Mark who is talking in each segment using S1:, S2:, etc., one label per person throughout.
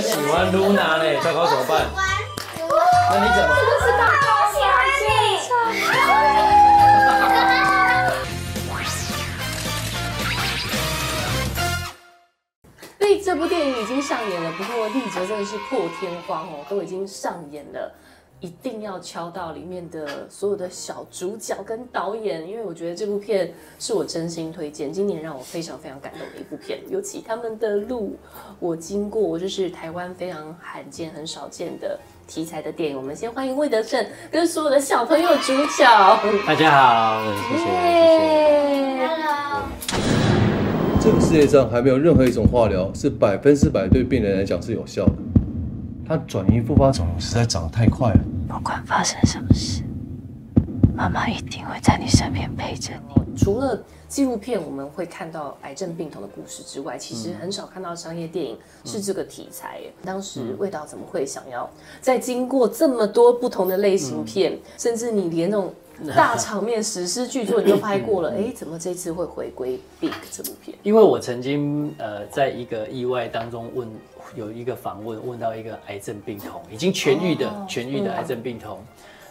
S1: 喜欢露娜嘞，糟糕怎么办？那你怎么？
S2: 丽这部电影已经上演了，不过丽哲真的是破天荒哦，都已经上演了，一定要敲到里面的所有的小主角跟导演，因为我觉得这部片是我真心推荐，今年让我非常非常感动的一部片，尤其他们的路我经过，就是台湾非常罕见、很少见的题材的电影。我们先欢迎魏德胜跟所有的小朋友主角，
S1: 大家好，谢谢谢谢。
S2: 耶！
S3: 这个世界上还没有任何一种化疗是百分之百对病人来讲是有效的。它转移复发肿瘤实在长得太快了。
S4: 不管发生什么事，妈妈一定会在你身边陪着你。
S2: 除了纪录片我们会看到癌症病童的故事之外，其实很少看到商业电影是这个题材耶。当时味道怎么会想要在经过这么多不同的类型片，甚至你连那种大场面史诗巨作你都拍过了，哎，怎么这次会回归 Big 这部片？
S5: 因为我曾经呃，在一个意外当中问有一个访问，问到一个癌症病童，已经痊愈的、痊愈的癌症病童，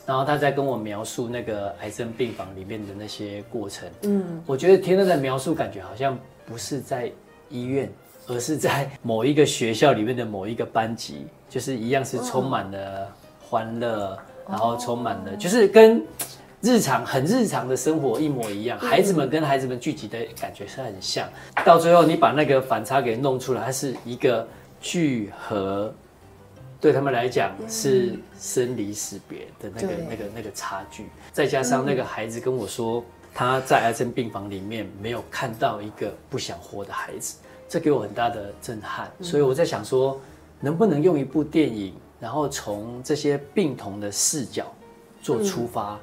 S5: 然后他在跟我描述那个癌症病房里面的那些过程。嗯，我觉得听他的描述，感觉好像不是在医院，而是在某一个学校里面的某一个班级，就是一样是充满了欢乐，然后充满了就是跟。日常很日常的生活一模一样，孩子们跟孩子们聚集的感觉是很像。到最后你把那个反差给弄出来，它是一个聚合，对他们来讲是生离死别的那个
S2: 对
S5: 那个那个差距。再加上那个孩子跟我说，他在癌症病房里面没有看到一个不想活的孩子，这给我很大的震撼。所以我在想说，能不能用一部电影，然后从这些病童的视角做出发，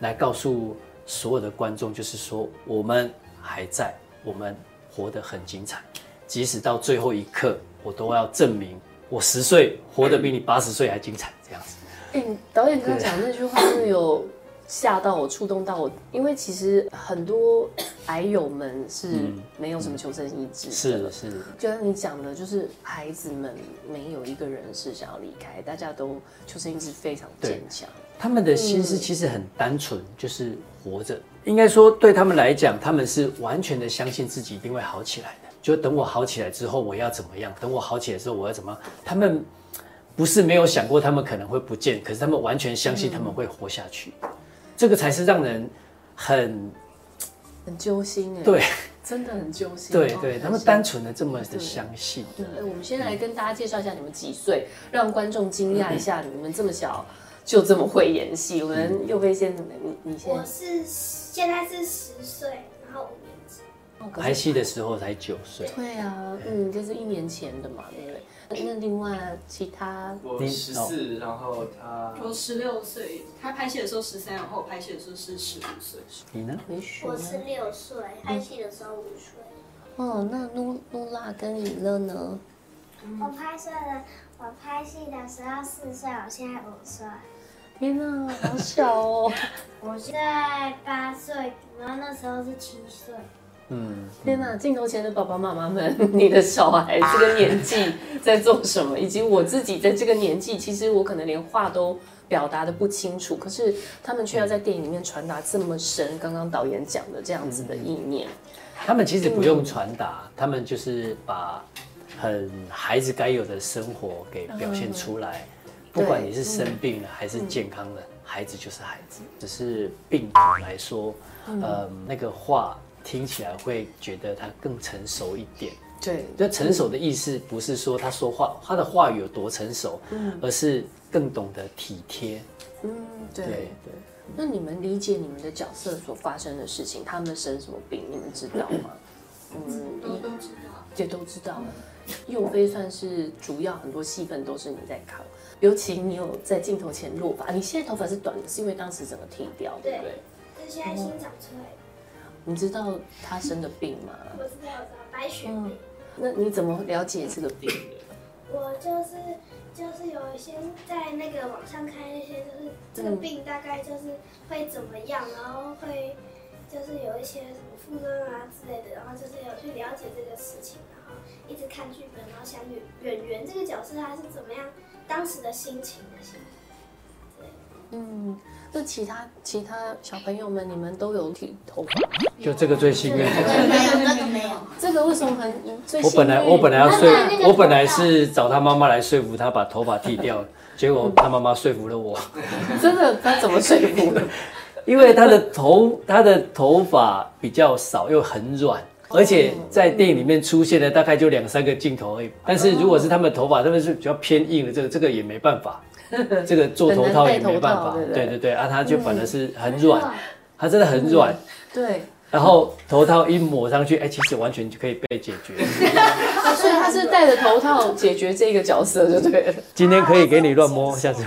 S5: 来告诉所有的观众，就是说我们还在，我们活得很精彩，即使到最后一刻，我都要证明我十岁活得比你八十岁还精彩，这样子。
S2: 哎、你导演刚刚讲那句话真的有吓到我，触动到我，因为其实很多癌友们是没有什么求生意志的，
S5: 是是，
S2: 就像你讲的，就是孩子们没有一个人是想要离开，大家都求生意志非常坚强。
S5: 他们的心思其实很单纯，就是活着。应该说，对他们来讲，他们是完全的相信自己一定会好起来的。就等我好起来之后，我要怎么样？等我好起来之后，我要怎么样？他们不是没有想过他们可能会不见，可是他们完全相信他们会活下去。这个才是让人很
S2: 很揪心哎、
S5: 对，
S2: 真的很揪心。
S5: 对
S2: 哦
S5: 对，
S2: 很
S5: 他们
S2: 心
S5: 单纯的这么的相信。
S2: 对哎我们先来跟大家介绍一下你们几岁，让观众惊讶一下，你们这么小就这么会演戏。我们佑飞先生，你你先
S6: 我是现在是十岁，然后五年级，
S2: 哦
S5: 拍戏的时候才九岁，
S2: 对啊，嗯，这是一年前的嘛，对不对？那那另外其他
S7: 我
S5: 你
S7: 十四，然后他
S8: 我十六岁，他拍戏的时候十三，然后我拍戏的时候是十五岁。
S5: 你呢？
S2: 回学
S6: 我
S2: 呢？
S6: 是六岁，拍戏的时候五岁。
S2: 哦，那露露娜跟尹乐呢？
S6: 我拍摄的，我拍戏的时候四岁，我现在五岁。
S2: 天哪，好小哦！
S6: 我现在八岁，然后那时候是七岁。
S5: 嗯，
S2: 天呐，镜头前的爸爸妈妈们，你的小孩这个年纪在做什么？以及我自己在这个年纪，其实我可能连话都表达的不清楚，可是他们却要在电影里面传达这么深，刚刚导演讲的这样子的意念。
S5: 他们其实不用传达，他们就是把很孩子该有的生活给表现出来。不管你是生病了还是健康了，孩子就是孩子。只是病童来说，呃，那个话听起来会觉得他更成熟一点。
S2: 对，
S5: 就成熟的意思不是说他说话他的话语有多成熟，而是更懂得体贴。
S2: 嗯，对。
S5: 对对。
S2: 那你们理解你们的角色所发生的事情，他们生什么病，你们知道吗？嗯，
S8: 都都知道，
S2: 也都知道。啊佑飞嗯算是主要很多戏份都是你在扛，尤其你有在镜头前落发，你现在头发是短的，是因为当时整个剃掉，对不对？
S6: 就现在新长出来，
S2: 你知道他生的病吗？
S6: 我知道，我知道，白血病。
S2: 那你怎么了解这个病的？
S6: 我就是就是有一些在那个网上看一些，就是这个病大概就是会怎么样，然后会就是有一些什么副作用啊之类的，然后就是有去了解这个事情，然后一直看剧本，然后想演演员这个角色他是怎么样当时的心情那些。
S2: 嗯，那其他其他小朋友们，你们都有剃头发？
S5: 就这个最幸运。
S1: 没有这个没有，
S2: 这个为什么很最
S5: 我本来我本来要说
S6: 那那那，个
S5: 我本来是找他妈妈来说服他把头发剃掉，结果他妈妈说服了我，
S2: 真的他怎么说服的？
S5: 因为他的头他的头发比较少又很软。而且在电影里面出现的大概就两三个镜头而已，但是如果是他们头发，他们是比较偏硬的，这个这个也没办法，这个做头套也没办法
S2: 很难戴头套对不，
S5: 对
S2: 对
S5: 对对，啊，他就反而是很软，他真的很软，
S2: 对，
S5: 然后头套一抹上去，哎，其实完全就可以被解决。
S2: 所以他是戴着头套解决这个角色就对 了。
S5: 今天可以给你乱摸，下次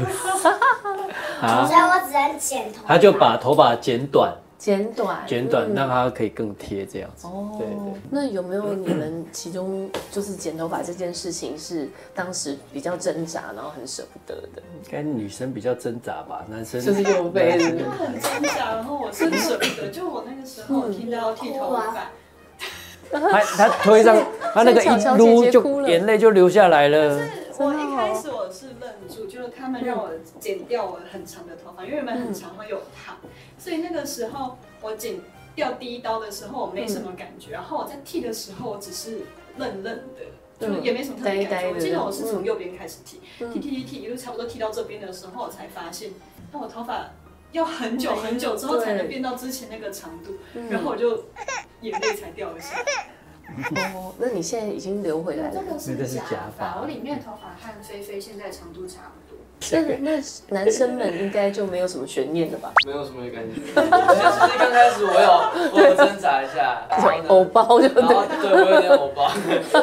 S1: 所以我只能剪头。
S5: 他就把头发剪短，
S2: 剪短，
S5: 剪短让它可以更贴这样子。
S2: 嗯哦
S5: 对对
S2: 那有没有你们其中就是剪头发这件事情是当时比较挣扎，然后很舍不得的？
S5: 应该女生比较挣扎吧，男生
S2: 就是又被
S5: 男生
S8: 很挣扎，然后我是舍不得，就我那个时候听到剃头发，
S5: 他他推 上他那个
S2: 小
S5: 一
S2: 乔姐
S5: 撸
S2: 姐
S5: 就
S2: 哭了
S5: 眼泪就流下来了。
S8: 我一开始我是愣住，就是他们让我剪掉我很长的头发，因为原本很长会有烫，所以那个时候我剪掉第一刀的时候我没什么感觉，然后我在剃的时候我只是愣愣的。就是也没什么特别感觉，我记得我是从右边开始剃，剃剃剃剃，一路差不多剃到这边的时候，我才发现，那我头发要很久很久之后才能变到之前那个长度，然后我就眼泪才掉了下来。
S5: 嗯
S2: 哦，那你现在已经留回来
S8: 这
S2: 了。
S8: 个
S5: 那个是
S8: 是假
S5: 假发
S8: 发，我里面头发和菲菲现在长度差不多，
S2: 那那男生们应该就没有什么悬念了吧？
S7: 没有什么感觉。我其实刚开始我有我有挣扎一下，然后呢
S2: 偶包就
S7: 然后
S2: 对。
S7: 对我有点偶包，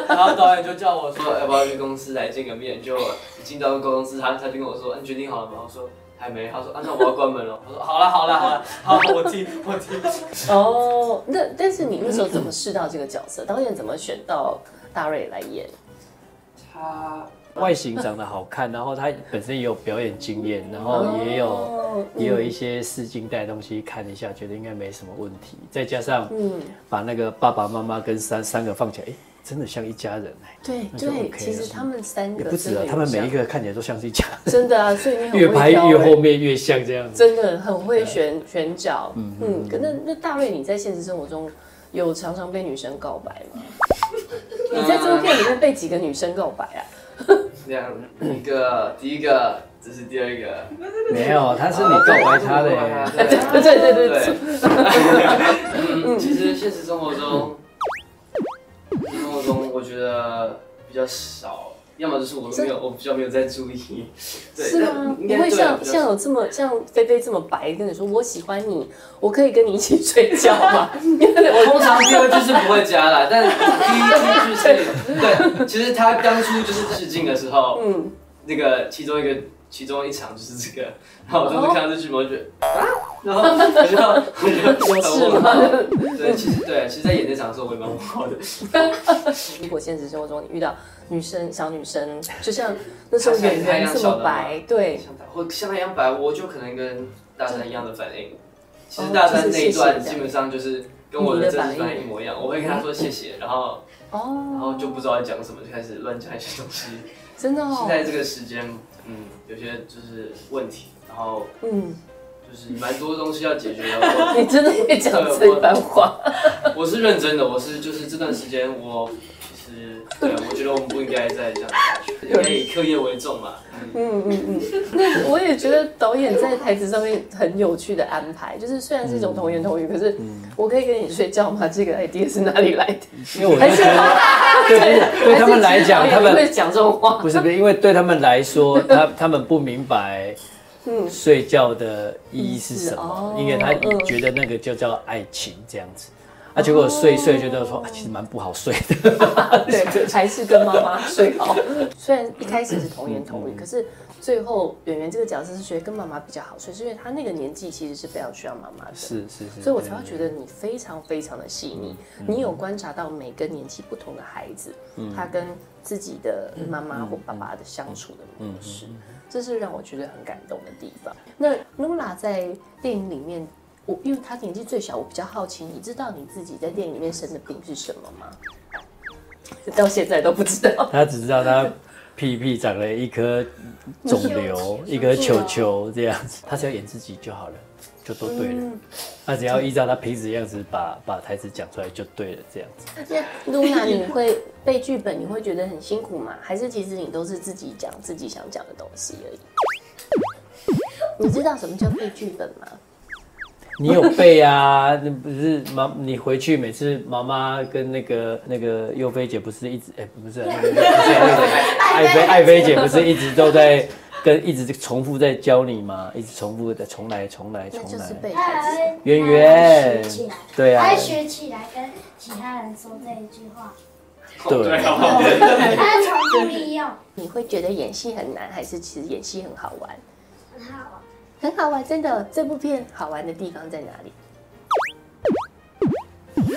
S7: 然后导演就叫我说要不要去公司来见个面，就进到公司他他就跟我说，你决定好了吗？我说。还没，他说啊，那我要关门了。我说好了，好了，好了，好，我听，我听。
S2: 哦，那但是你那时候怎么试到这个角色？导演怎么选到大瑞来演？
S7: 他
S5: 外形长得好看，然后他本身也有表演经验，然后也有
S2: 哦
S5: 也有一些试镜带的东西看一下，觉得应该没什么问题。再加上
S2: 嗯，
S5: 把那个爸爸妈妈跟三三个放起来，哎，真的像一家人哎，
S2: 对
S5: 那就
S2: 对，
S5: OK
S2: 其
S5: 了
S2: 实他们三
S5: 也
S2: 个
S5: 不止
S2: 真
S5: 啊
S2: 的，有
S5: 他们每一
S2: 像
S5: 个看起来都像是一家，人，
S2: 真的啊，所以你很
S5: 越
S2: 会
S5: 拍
S2: 挑
S5: 越
S2: 欸
S5: 后面越像这样子。
S2: 真的很会选选角。嗯，可那那大瑞，你在现实生活中有常常被女生告白吗？你在这部片里面被几个女生告白啊？
S7: 两一个，第一个，这是第二个，
S5: 没有，他是你告白他的
S2: 哦
S5: 耶。
S7: 对
S2: 对对对对，
S7: 对，嗯， 其实现实生活中，生活中我觉得比较少，要么就是我没有，我比较没有在注意，对，
S2: 是吗？
S7: 但应
S2: 不
S7: 该
S2: 会
S7: 对啊
S2: 像
S7: 比较
S2: 像有这么像菲菲这么白跟你说我喜欢你，我可以跟你一起睡觉 吗？
S7: 我通常第二句是不会加 啦，但第一句是对。其实他当初就是试镜的时候，
S2: 嗯，
S7: 那个其中一个其中一场就是这个，然后我当时看到这剧本，我就觉得啊，然后我就我就
S2: 有
S7: 很
S2: 事
S7: 问
S2: 吗
S7: 号。？对，其实对，其实在演那场的时候我也蛮问号的。
S2: 如果现实生活中你遇到女生小女生，就像那时候演
S7: 她像
S2: 员这么白，对，
S7: 像他或像他一样白，我就可能跟大山一样的反应。其实大
S2: 哦哦
S7: 山那一
S2: 就是谢谢
S7: 段
S2: 这样
S7: 基本上就是跟我的真实反应一模一样，我会跟他说谢谢，然后然后
S2: 哦，
S7: 就不知道在讲什么，就开始乱讲一些东 西。
S2: 真的哦
S7: 现，在这个时间，嗯，有些就是问题，然后
S2: 嗯，
S7: 就是蛮多东西要解决的。我
S2: 你 真的会讲这番 话，
S7: 我是认真的，我是就是这段时间我其实对，我觉得我们不应该再这样下去，因为以课业为重嘛。
S2: 嗯嗯嗯。那我也觉得导演在台词上面很有趣的安排，就是虽然是一
S7: 嗯
S2: 种童言童语，可是我可以跟你睡觉吗？这个 idea 是哪里来的？
S5: 嗯因为我
S2: 还
S5: 就是觉得，对对对他们来讲，
S2: 还是呃
S5: 他
S2: 导演
S5: 们
S2: 会讲这种话，
S5: 不是不是，因为对他们来说，他他们不明白，睡觉的意义是什么
S2: 意思哦，
S5: 因为他
S2: 嗯
S5: 觉得那个就叫爱情这样子。啊，结果睡一睡觉就说，啊，其实蛮不好睡
S2: 哦
S5: 的。
S2: 对，还 是跟妈 妈睡好。嗯虽然一开始是童言童语，可是最后圆圆这个角色是觉得跟妈妈比较好睡，是因为她那个年纪其实是非常需要妈妈的。
S5: 是是是，
S2: 所以我才会觉得你非常非常的细腻，你有观察到每个年纪不同的孩子，他跟自己的妈妈或爸爸的相处的模式，这是让我觉得很感动的地方。那 Luna 在电影里面，我因为她年纪最小，我比较好奇，你知道你自己在电影里面生的病是什么吗？到现在都不知道。
S5: 他只知道他屁屁长了一颗肿瘤，
S2: 嗯
S5: 一颗球球这样子，他只要演自己就好了，就都对了。
S2: 嗯
S5: 他只要依照他平时样子把把台词讲出来就对了，这样子。
S2: 那露娜，你会背剧本，你会觉得很辛苦吗？还是其实你都是自己讲自己想讲的东西而已？你知道什么叫背剧本吗？
S5: 你有背啊？ 那不是妈，你回去每次妈妈跟那个那个佑菲姐不是一直哎、不是、啊、那个不是啊那个爱妃爱妃姐不是一直都在跟一直重复在教你吗？一直重复的重来重来
S2: 那就
S5: 重来
S2: 是。背台词。
S6: 还
S5: 圆圆
S6: 学起来，
S5: 对啊
S6: 还学起来跟其他人说这一句话，
S5: 对，
S6: 他重复利用，
S2: 你会觉得演戏很难，还是其实演戏很好玩？
S6: 很好玩。
S2: 很好玩，真的。这部片好玩的地方在哪里？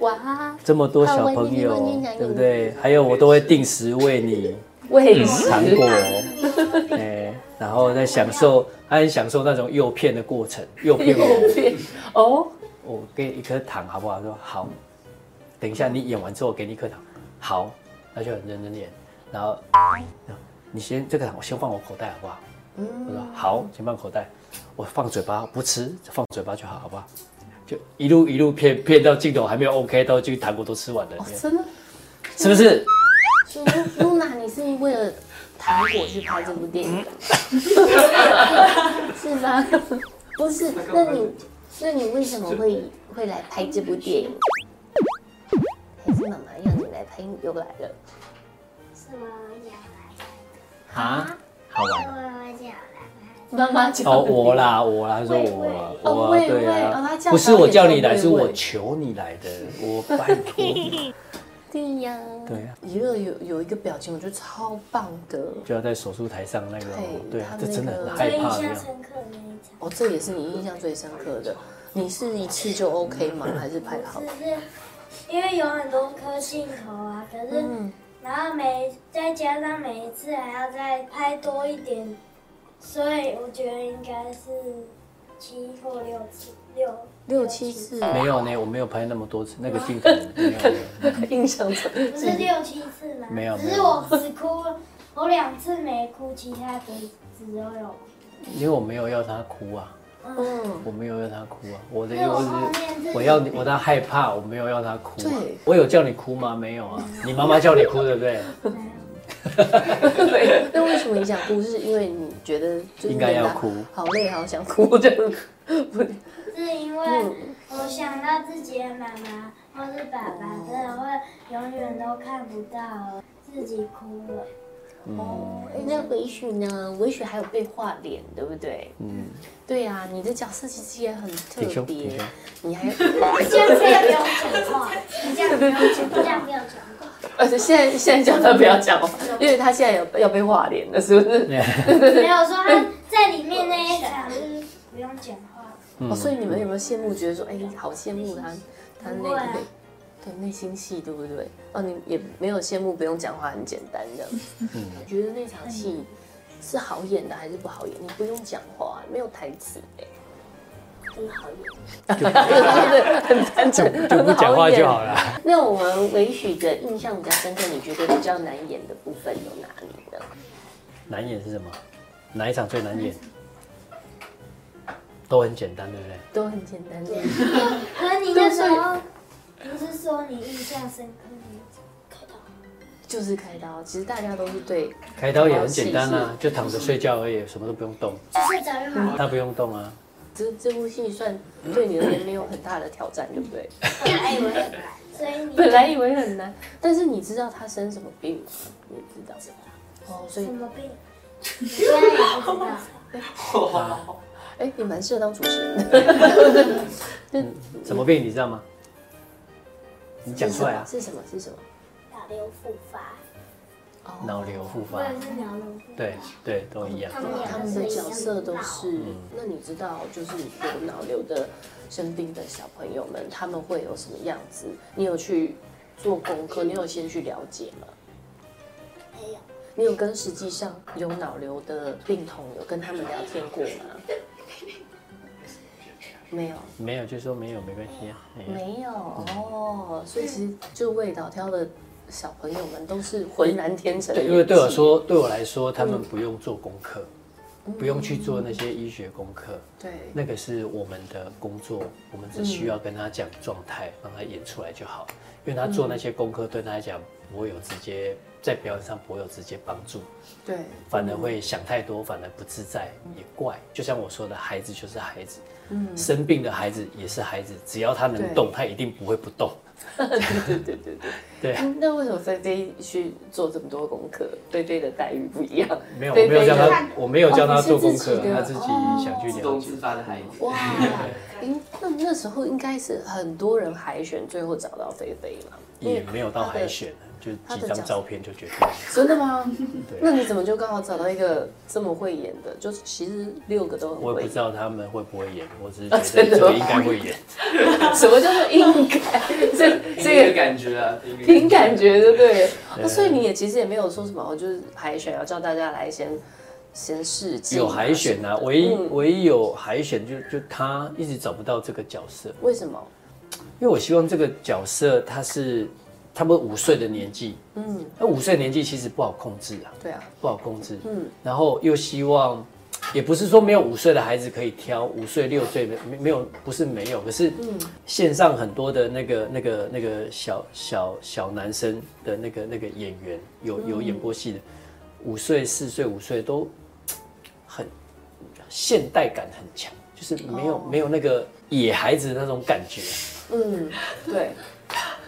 S2: 哇，
S5: 这么多小朋友
S2: 好我也是，
S5: 对不对？还有我都会定时喂你
S2: 喂
S5: 糖
S2: 食
S5: 果，哎、然后在享受，他很享受那种诱骗的过程，诱骗我，
S2: 片哦，
S5: 我给你一颗糖好不好？他说好，等一下你演完之后我给你一颗糖，好，那就很认真演，然后你先这个糖我先放我口袋好不好？
S2: 嗯
S5: 我说好，先放口袋，我放嘴巴不吃，放嘴巴就好，好不好？就一路一路骗骗到镜头还没有 OK，到这个糖果都吃完了，
S2: 哦真的。
S5: 是不是？
S2: 所以露娜，你是为了糖果去拍这部电影的吗？
S5: 嗯
S2: 是吗？不是，那你那你为什么会会来拍这部电影？还是妈妈要你来拍，你又来了。
S6: 是吗？要
S5: 啊，好玩哦。
S6: 来，我讲
S2: 妈妈叫
S5: 哦，我啦，我啦，他说我啦，
S2: 哦
S5: 我
S2: 喂
S5: 啊，对
S2: 喂哦他
S5: 啊
S2: 叫，
S5: 不是我叫你
S2: 导
S5: 来，
S2: 演
S5: 是
S2: 叫喂
S5: 我
S2: 喂
S5: 求你来的，我拜托 你，
S2: 对呀，
S5: 对啊，
S2: 娱乐有有一个表情，我觉得超棒的。
S5: 就要在手术台上那个
S2: 对，
S5: 对
S2: 他
S5: 啊，
S2: 那
S5: 这真的
S2: 个
S5: 很害
S6: 最印
S5: 怕
S6: 象
S5: 这样。
S6: 深刻的那一场，
S2: 哦，这也是你印象最深刻的。你是一次就 OK 吗？还是拍好
S6: 只？是因为有很多颗镜头啊，可是
S2: 嗯，
S6: 然后每再加上每一次还要再拍多一点，所以我觉得应该是七或六次，六
S2: 六七，次，
S5: 没有呢，我没有拍那么多次，那个镜头没有。
S2: 印象中
S6: 不是六七次吗？
S5: 嗯没有
S6: 只是我只哭，我两次没哭，其他的只有有。
S5: 因为我没有要他哭啊，
S2: 嗯，
S5: 我没有要他哭啊，我的意
S6: 因为我后
S5: 思
S6: 面
S5: 是，
S6: 是
S5: 我要你，我他害怕，我没有要他哭啊
S2: 对。
S5: 我有叫你哭吗？没有啊，你妈妈叫你哭对不 对？
S2: 那为什么你想哭？是因为你觉得就是
S5: 应该要
S2: 脸大
S5: 哭
S2: 好累，好想哭这样。不
S6: 是因为我想到自己的妈妈或是爸爸，真的会永远都看不到自己哭了。
S2: 哦，哎那维许呢？维许还有被画脸，对不对？嗯，对呀、你的角色其实也很特
S5: 挺胸挺
S2: 别
S5: 胸，
S2: 你还
S6: 这样不要讲话，你这样不要讲话，这样不要讲话。
S2: 而且现在现在叫他不要讲话， 因为他现在有要被画脸了，是不是？
S5: 嗯
S6: 没有说他在里面那一场就是不用讲话，
S2: 哦，所以
S5: 嗯
S2: 你们有没有羡慕？觉得说，哎、好羡慕他，他
S6: 不会
S2: 那个
S6: 啊
S2: 对内心戏，对不对？哦，你也没有羡慕，不用讲话，很简单的。
S5: 嗯
S2: 你觉得那场戏是好演的还是不好演？你不用讲话，没有台词、哎， 很好演，对，很单纯，
S5: 就不讲话就
S2: 很
S5: 好
S2: 演。
S5: 了。
S2: 那我们维许的印象比较深刻，你觉得比较难演的部分有哪里呢？
S5: 难演是什么？哪一场最难演？都很简单，对不对？
S2: 都很简单的，
S6: 可是你那时候不是说你印象深刻
S2: 嗯
S6: 吗？
S2: 就是开刀。其实大家都是对
S5: 开刀也很简单啊，就躺着睡觉而已，什么都不用动。
S6: 就是早就好，
S5: 他不用动啊，
S2: 这这部戏算对你而言没有很大的挑战，对不对？
S6: 本来以为很难，所以你
S2: 嗯 本来以为很难，但是你知道他生什么病吗？你知道？哦，所以
S6: 什么 病？你现在也不知道。
S2: 哎，你蛮适合当主持人 的。
S5: 什么病你知道吗？你讲
S2: 是
S5: 出
S2: 什
S5: 来
S2: 么？
S5: 啊！
S2: 是什么？是什么？
S6: 脑瘤复发，
S5: 脑瘤复发，
S6: 或者是脑瘤复
S5: 对对，都一样。
S6: 发，
S2: 他们的角色都啊是，那你知道就是有脑瘤的生病的小朋友们，他们会有什么样子？你有去做功课？你有先去了解吗？
S6: 没有。
S2: 你有跟实际上有 脑瘤的病童有跟他们聊天过吗？没有，
S5: 没有就说没有没关系啊。哎呀
S2: 没有
S5: 嗯
S2: 哦，所以其实就味道挑的小朋友们都是浑然天成的
S5: 对，
S2: 人，
S5: 因为对我说，对我来
S2: 嗯
S5: 说，他们不用做功课，不用去做那些医学功课，
S2: 对，
S5: 那个是我们的工作，我们只需要跟他讲状
S2: 嗯
S5: 态，让他演出来就好。因为他做那些功课，对他来讲不会有直接在表演上不会有直接帮助，
S2: 对，
S5: 反而会想太多，反而不自在，也怪。就像我说的，孩子就是孩子，生病的孩子也是孩子，只要他能
S2: 嗯对
S5: 动，他一定不会不动。
S2: 对对对对
S5: 对
S2: 嗯那为什么菲菲去做这么多功课？菲菲的待遇不一样。
S5: 没有，我
S2: 菲
S5: 没
S2: 菲
S5: 有叫
S2: 的
S5: 他，我没有叫
S2: 哦
S5: 他
S2: 你是
S5: 做功
S2: 自己哦
S5: 课，
S2: 的
S5: 他自己想去
S7: 自
S5: 了
S7: 动
S5: 解
S7: 自。发的孩子，
S2: 哇，
S6: 哎
S2: 诶那那时候应该是很多人海选，最后找到菲菲嘛？
S5: 也没有到海选，就
S2: 他
S5: 几
S2: 的
S5: 张
S2: 角色
S5: 照片就决定了。
S2: 真的吗？那
S5: 对，
S2: 你怎么就刚好找到一个这么会演的？就是其实六个都很
S5: 我也不
S2: 会演
S5: 知。道他们会不会演，我只是
S2: 啊
S5: 觉得
S2: 真的
S5: 这
S2: 吗
S5: 个应该会演。
S2: 什么叫做应该？这
S7: 这
S2: 这
S7: 个
S2: 个
S7: 感觉啊，一个
S2: 凭感觉，对不对？ 哦所以你也其实也没有说什么，我就是海选要叫大家来先先试镜啊。
S5: 有海选啊，唯一
S2: 嗯
S5: 唯一有海选就就他一直找不到这个角色，
S2: 为什么？
S5: 因为我希望这个角色他是差不多五岁的年纪，嗯，那五岁的年纪其实不好控制啊，
S2: 对啊，
S5: 不好控制，嗯，然后又希望，也不是说没有五岁的孩子可以挑，五岁六岁的没没有不是没有，可是
S2: 嗯
S5: 线上很多的那个那个那个小小小男生的那个那个演员
S2: 嗯
S5: 有有演过戏的，五岁四岁五岁都很现代感很强，就是没
S2: 哦
S5: 有、没有那个野孩子的那种感觉，
S2: 嗯，对，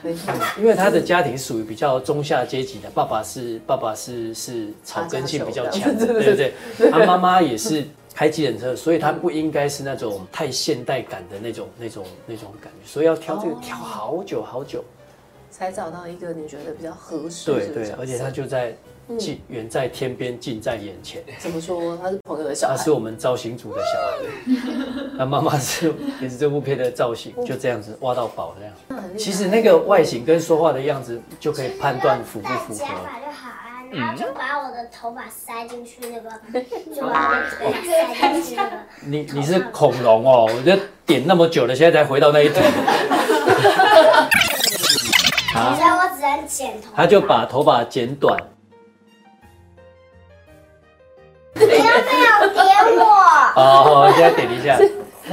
S2: 没错。
S5: 因为他的家庭属于比较中下阶级的，爸爸是爸爸是是草根性比较强的，
S2: 打架球
S5: 对对对，他妈妈也是开计程车，所以他不应该是那种太现代感的那种那种那种感觉，所以要挑这个
S2: 哦
S5: 挑好久好久，
S2: 才找到一个你觉得比较合适
S5: 对
S2: 的
S5: 对，
S2: 角色
S5: 而且他就在近远在天边，近在眼前，
S2: 怎么说他是朋友的小
S5: 他
S2: 孩，
S5: 是我们造型组的小孩，他妈妈是也是这部片的造型，就这样子挖到宝这样。
S2: 那很厉害
S5: 其实那个外形跟说话的样子就可以判断符不
S6: 戴
S5: 符合。
S6: 假发就好啊，然后就把我的头发塞进去那个，就把我的头发塞进去那个。
S5: 你你是恐龙哦，我就点那么久了，现在才回到那一点，啊
S6: 你知道我只能剪头发，
S5: 他就把头发剪短，
S6: 不要这样点我。
S5: 哦，现在点一下，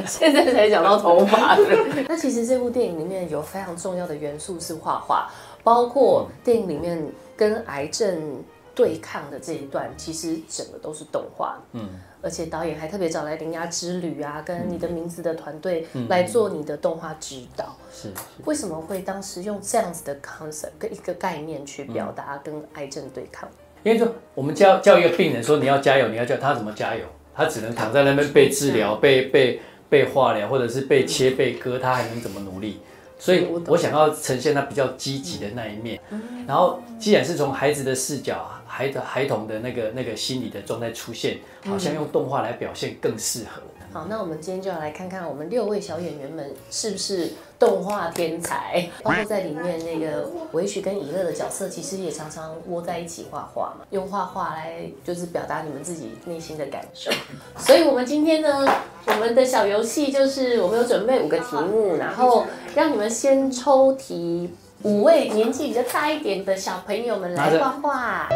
S2: 现在才讲到头发了。 那其实这部电影里面有非常重要的元素是画画，包括电影里面跟癌症对抗的这一段，其实整个都是动画。嗯，而且导演还特别找来《铃芽之旅》啊，跟你的名字的团队来做你的动画指导。
S5: 是
S2: 为什么会当时用这样子的 concept 跟一个概念去表达跟癌症对抗？
S5: 因为就我们叫叫一个病人说你要加油，你要加油，他怎么加油？他只能躺在那边被治疗、被被被化疗，或者是被切、被割，他还能怎么努力？所以我想要呈现他比较积极的那一面。然后，既然是从孩子的视角、啊孩的孩童的那个那个心理的状态出现，好像用动画来表现更适合。
S2: 好，那我们今天就要来看看我们六位小演员们是不是动画天才，包括在里面那个维许跟以乐的角色，其实也常常窝在一起画画嘛，用画画来就是表达你们自己内心的感受。所以我们今天呢，我们的小游戏就是我们有准备五个题目，然后让你们先抽题。五位年纪比较大一点的小朋友们
S5: 拿
S2: 来
S5: 着
S2: 画画。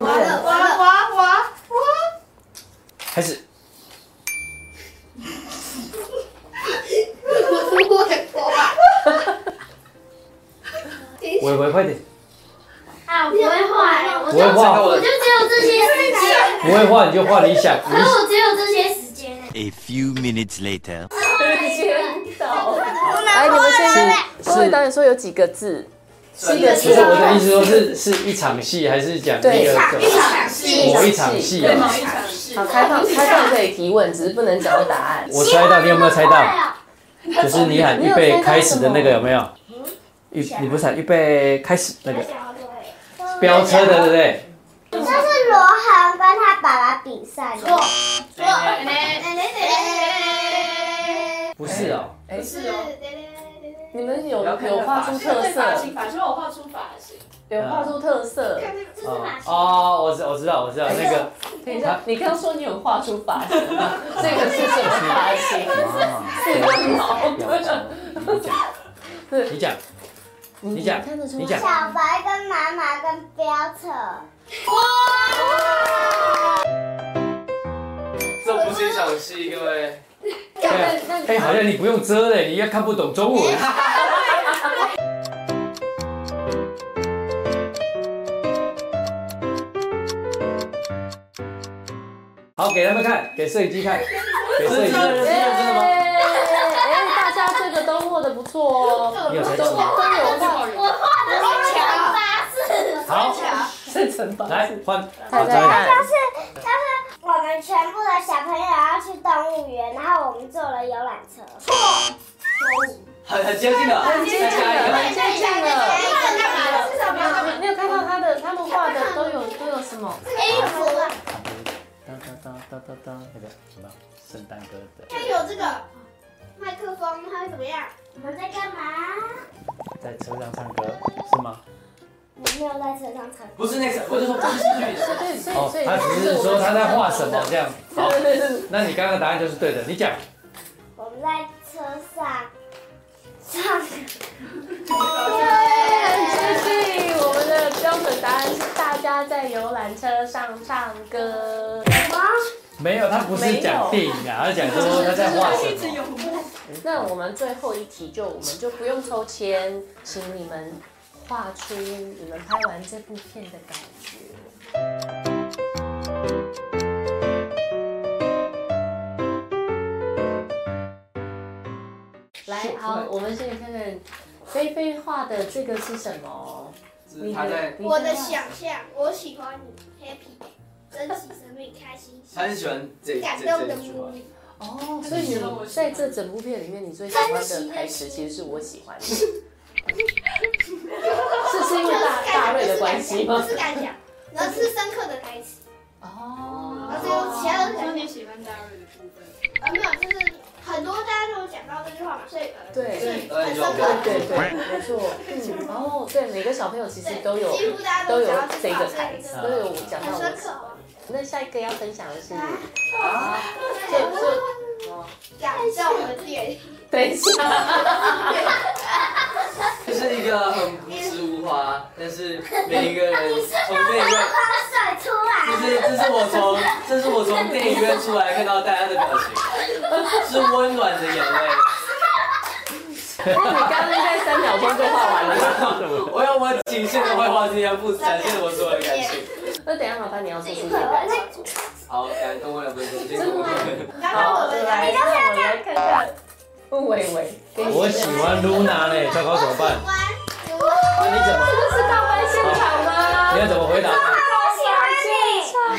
S8: 哇哇哇！
S5: 开始，伟伟快点，
S6: 啊，我不会画呀，我
S5: 不会画，
S6: 就只有这些时间，
S5: 不会画你就画理想，
S6: 可是我只有这些时间。
S9: A few minutes later.
S2: 哎
S5: 哎
S2: 来，你们先，各位导演说有几个字？七个
S5: 不
S2: 字
S5: 是我的意思说是是一场戏还是讲一
S2: 对
S5: 个
S8: 场戏
S5: 某一场戏
S8: 对，某
S5: 啊？
S8: 一场戏。
S2: 好，开放开放可以提问，只是不能讲到答案。
S5: 我猜到，你有没有猜到？
S6: 啊，
S5: 就是你喊预备开始的那个有没有？预你不是喊预备开始那个飙车的对不对？
S6: 这是罗涵跟他爸爸比赛的。
S5: 不是哦，
S8: 不是哦，
S2: 你们有
S7: 要看
S2: 有画出特
S8: 对发
S2: 色
S8: 型，，反正我画出发型，
S2: 有画出特色。
S8: 看那个
S6: 这是哪些？
S5: 哦，我知我知道我知道那个
S2: 等一下，你刚刚说你有画出发型吗，这个是什么发型？是个毛
S5: 表
S2: 的。
S5: 情，你讲，你讲，
S2: 看得出
S5: 你讲，
S6: 小白跟妈妈跟标扯，
S7: 这不是一场戏，各位。
S5: 对啊，哎，好像你不用遮嘞，你应该看不懂中文。好，给他们看，给摄影机看，给摄影机看。
S2: 哎，哎大家这个都握的不错哦，
S5: 你有才
S2: 都
S5: 知
S2: 都
S5: 道
S2: 有画，
S8: 我
S5: 好，
S2: 是惩罚。
S5: 来换
S2: 大
S5: 好
S2: 家
S5: 再来
S2: 看
S1: 我们全部的小朋友要去动物园，然后我们坐了游览车。
S7: 很很接近了，很
S2: 接近了，很接近了。
S6: 那是什么？
S2: 你有看到他的，他们画的都有都有什么？
S6: 衣服，
S5: 哒哒哒哒哒哒，那个什么圣诞歌的，
S6: 它有这个麦克风，它会怎么样？我们在干嘛？
S5: 在车上唱歌是吗？
S6: 我没有在车上唱歌。
S7: 不是那个，我就说不是戏剧。
S2: 对，所以
S5: 哦
S2: 所以，
S5: 他只是说他在画什么这样。 好，那你刚刚的答案就是对的，你讲。
S6: 我们在车上唱歌。
S2: 很接近。我们的标准答案是大家在游览车上唱歌。
S5: 没有，他不是讲电影啊，他讲说他在画什
S8: 一直
S5: 么。
S8: 有问，
S2: 那我们最后一题就我们就不用抽签，请你们画出你们拍完这部片的感觉。来，好，我们先看看菲菲画的这个是什么？
S7: 是他在，
S2: 你
S6: 我的
S2: 画
S6: 想象，我喜欢你，happy，珍惜生命，开心，
S7: 他很喜欢这
S6: 感
S7: 这
S6: 动
S7: 这
S6: 的
S7: 一句
S6: 母
S7: 话。
S6: 语，
S2: 哦，所以你在这整部片里面，你最喜欢的台词其实是我喜欢 你，是是因为大大瑞的关系吗
S6: 不？是感想，然后是深刻的台词，
S2: 哦，
S6: 然后就其他的
S8: 说
S6: 台
S8: 你
S6: 词，
S8: 喜欢 Darry 的部分，
S6: 呃，没有，就是很多大家都有讲到这句话嘛，所以呃，
S2: 对对
S6: 所以很深
S2: 对
S6: 刻，
S2: 对对，没错。嗯，然后对每个小朋友其实都有
S6: 几乎大家
S2: 都
S6: 都
S2: 有
S6: 讲到
S2: 这
S6: 句话，
S2: 个
S6: 所
S2: 台
S6: 以
S2: 词，
S6: 真
S2: 都
S6: 的
S2: 有讲到
S6: 很
S2: 我
S6: 深
S2: 喜
S6: 刻
S2: 欢。
S6: 哦，
S2: 那下一个要分享的是，哦
S6: 对
S2: 这
S6: 我
S2: 这
S6: 是感动的点，
S2: 等一下，
S7: 就是一个很朴实无华，但是每一个人从电影院，
S6: 快出来，
S7: 就是这是我从这是我从电影院出来看到大家的表情，是温暖的眼泪。
S2: 那你刚刚应该三秒钟就画完了。
S7: 我要我仅限的绘画这条不展现我所有的感情。
S2: 那等一下麻烦你要说出你的感
S6: 那
S7: 好，感动我两分钟，结
S2: 真的
S7: 果
S2: 吗
S6: 刚刚
S2: 好，
S6: 我
S2: 对
S6: 们
S2: 来，
S6: 来
S2: 那我们来看看伟伟，给你
S5: 我喜欢 Luna 嘞，糟糕怎么办？那你怎么？
S2: 这是告白现场吗？
S5: 你要怎么回答？
S2: 我喜 欢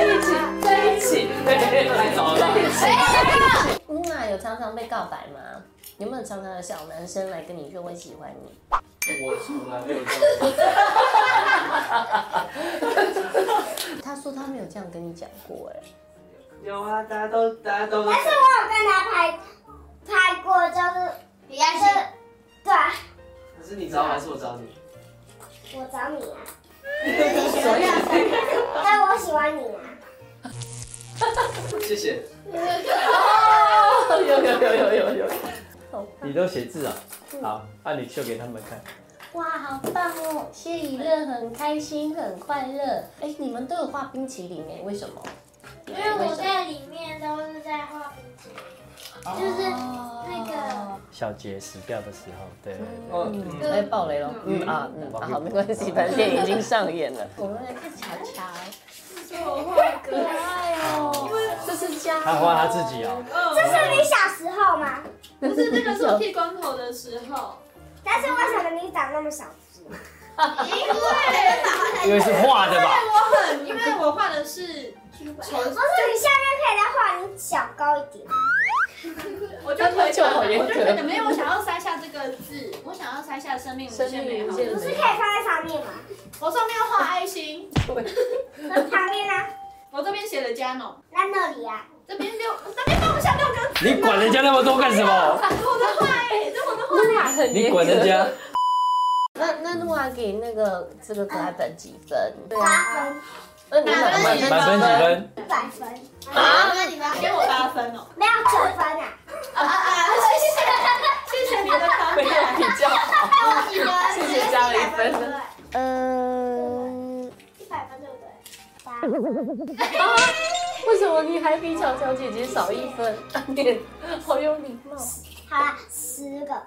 S2: 你。在一起，在一起，
S7: 太早了。
S2: 在一起。乌嗯啊娜有常常被告白吗？有没有常常有小男生来跟你说我喜欢你？
S7: 我从来没有这样。
S2: 他说他没有这样跟你讲过，哎，
S7: 有啊，大家都大家都是。
S6: 我有跟他拍拍过，就是比较是，对啊，
S7: 可是你找我还是我找你？
S6: 我找你 啊，但我喜欢你啊，
S7: 谢谢。
S2: 有有有有有有。
S5: 你都写字啊？好，那你秀给他们看。
S2: 哇，好棒哦！谢以乐很开心，很快乐。哎，你们都有画冰淇淋哎，为什么？
S6: 因为我在里面都是在画冰淇淋，就是那
S2: 哦
S6: 个
S5: 小杰死掉的时候，对对对。
S7: 哦，
S2: 哎，爆雷了。嗯啊，嗯啊，好，没关系，反正电影已经上演了。我们来看乔乔，
S6: 可爱哦，
S2: 这是家，
S5: 他画他自己哦，
S8: 这
S6: 是你小时候吗？
S8: 不是那个是我剃光头的时候，
S6: 但是为什么你长那么小只？ 因为
S5: 因为是画的 吧？
S8: 我很因为我画的是
S6: 我说你下面可以再画你小高一点。
S8: 我就腿
S2: 就好严格
S8: 我就觉得没有，我想要塞下这个字，我想要塞下生命无
S2: 生
S8: 限
S2: 命
S8: 美
S2: 无
S8: 好。
S2: 限
S8: 就是
S2: 美
S6: 可以放在上面吗？
S8: 我上面要画爱心，
S6: 那旁边呢？
S8: 我这边写了加农，
S6: 那那里啊？
S8: 这边六，这边放不下六个字，
S5: 你管人家那么多干什么？
S8: 我的画哎，这我的画。
S2: 哇，很
S5: 你管人家？
S2: 那那露娜给那个这个可爱本几分？对啊，
S1: 八分，
S2: 那你满
S8: 满
S2: 分
S5: 满分几分？
S1: 一百分，
S8: 啊，那你们给我八分哦！
S1: 没有九分啊！
S8: 谢谢你的答
S2: 没有比较好，谢谢加了一分。呃
S1: 嗯，
S6: 一百分对不对？
S1: 八，
S2: 为什么你还比巧巧姐姐少一分？ 你好有礼貌。
S1: 好啦，十个，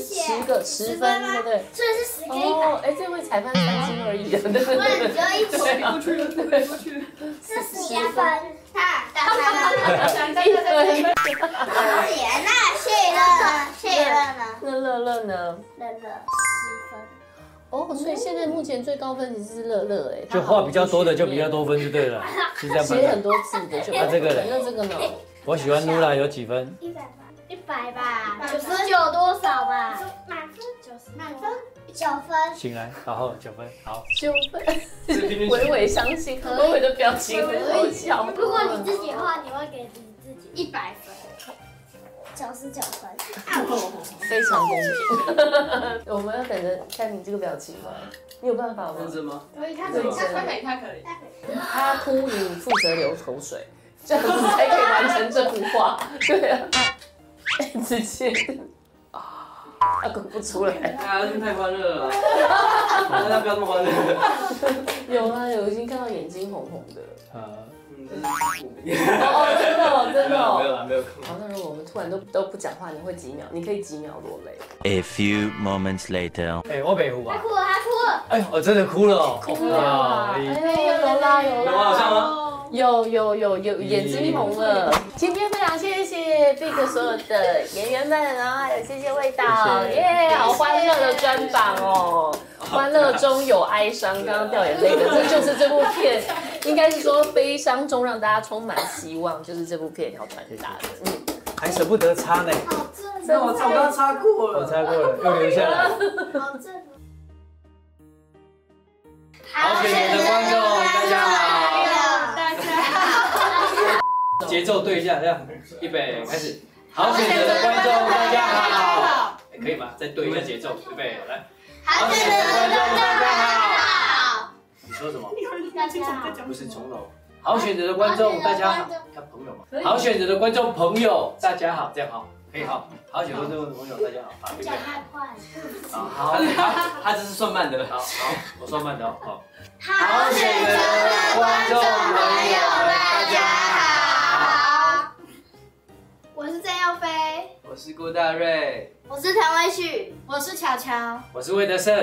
S1: 谢谢
S2: 十个十分，对不对？
S1: 所以是十跟一百，
S2: 哦，哎，这位裁判三星而已，对对对对
S1: 只有一
S2: 对
S1: 起
S2: 对啊
S8: 过去，对过去，
S1: 是十分，大大嗯
S2: 一分。
S1: 大姐，那谢了，谢了呢，
S2: 那乐乐呢？
S1: 乐乐十分。
S2: 哦，所以现在目前最高分其实是乐乐，哎，
S5: 就话比较多的就比较多分就对了，是这样
S2: 写很
S5: 分的。
S2: 多字的就
S5: 那啊这个嘞
S2: 那这个呢？
S5: 我喜欢 Nula 有几分？
S1: 一百吧，一百吧，九十九多少吧？满分九十，满分九分，
S5: 醒来，然后九分，好，
S2: 九分，
S7: 是平均
S2: 微微相信，微微的表情很好笑。
S6: 如果你自己的话，你会给你自己一百分。
S1: 九十九分。
S2: 非常公平， 我们要等着看你这个表情吗？你有办法吗
S7: 认？真吗？
S8: 可以，他可以，他可以，他可以。
S2: 他哭，你负责流口水， 这样子才可以完成这幅画。对啊，直接啊，他哭不出来。
S7: 大家是不是太欢乐了啦，大家不要那么欢乐。
S2: 有啊，有已经看到眼睛红红的了。
S5: 呃，
S7: 嗯，这是我们
S2: 哦，真的哦，真的
S7: 嗯没有没有
S2: 哦。
S7: 啦，没有空。
S2: 好，那如果我们突然都都不讲话，你会几秒？你可以几秒落泪？
S9: A few moments later.
S5: 哎，我北湖啊，
S6: 哭了，他哭了，
S5: 哎，我真的哭了哦，哭
S2: 哎呦，有啦有
S7: 啊有
S2: 啦。
S7: 啊好像吗？
S8: 哦，
S2: 有有有有眼睛红了。今天非常谢谢 Big 所有的演员们，然后还有谢谢味道，
S5: 谢谢
S2: 耶好欢乐的专访哦。欢乐中有哀伤，刚刚掉眼泪 的，这就是这部片，应该是说悲伤中让大家充满希望，就是这部片要传达的。嗯，
S5: 还舍不得擦呢，
S6: 好正，
S7: 那我我刚刚擦过
S5: 我
S7: 了。
S5: 擦过了，又留下来。
S6: 好正。
S7: 好，谢谢你的观众，大家好。
S8: 大家。
S5: 节奏对一下，这样，预备开始。好，
S6: 谢
S5: 选
S6: 谢
S5: 择的观众，大家好。哎
S8: 好，
S5: 可以吗？再对一下节奏，预备来。
S6: 好
S5: 谢谢观众大家好。你说什么？
S6: 大家好，
S7: 不是重楼，
S5: 好选择的观众，大家好。要朋友吗？好选择的观众朋友，大家好，这样好，可以好。好选择的观众朋友，大家好。好，预备
S6: 讲太快了。
S5: 好，
S7: 他
S5: 好，
S7: 他他这是算慢的了。
S5: 好，好，我说慢的哦，好。
S6: 好
S5: 选择的观众朋友大家
S6: 好。我是郑耀飞，
S7: 我是郭大瑞，
S6: 我是谭威旭，我是巧巧，
S5: 我是魏德 胜，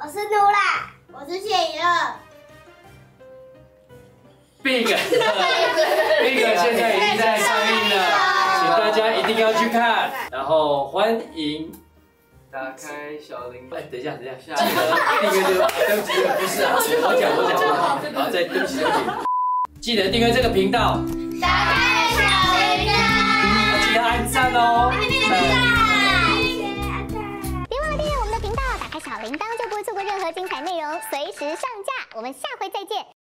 S1: 我是露啦，
S6: 我是谢怡 乐。
S5: Big Big 现在已经在上映了，请大家一定要去看，然后欢迎。
S7: 打开小铃铛
S5: 哎，。等一下，等一下，
S7: 下
S5: 记
S7: 一
S5: 得
S7: 个
S5: 订阅这个，对不起，对不起不是啊，我讲我讲，然后再对不起对不起，记得订阅这个频道，
S6: 打开小铃铛，
S5: 要记得按赞哦。
S6: 哎
S10: 别忘了订阅我们的频道，打开小铃铛就不会错过任何精彩内容，随时上架。我们下回再见。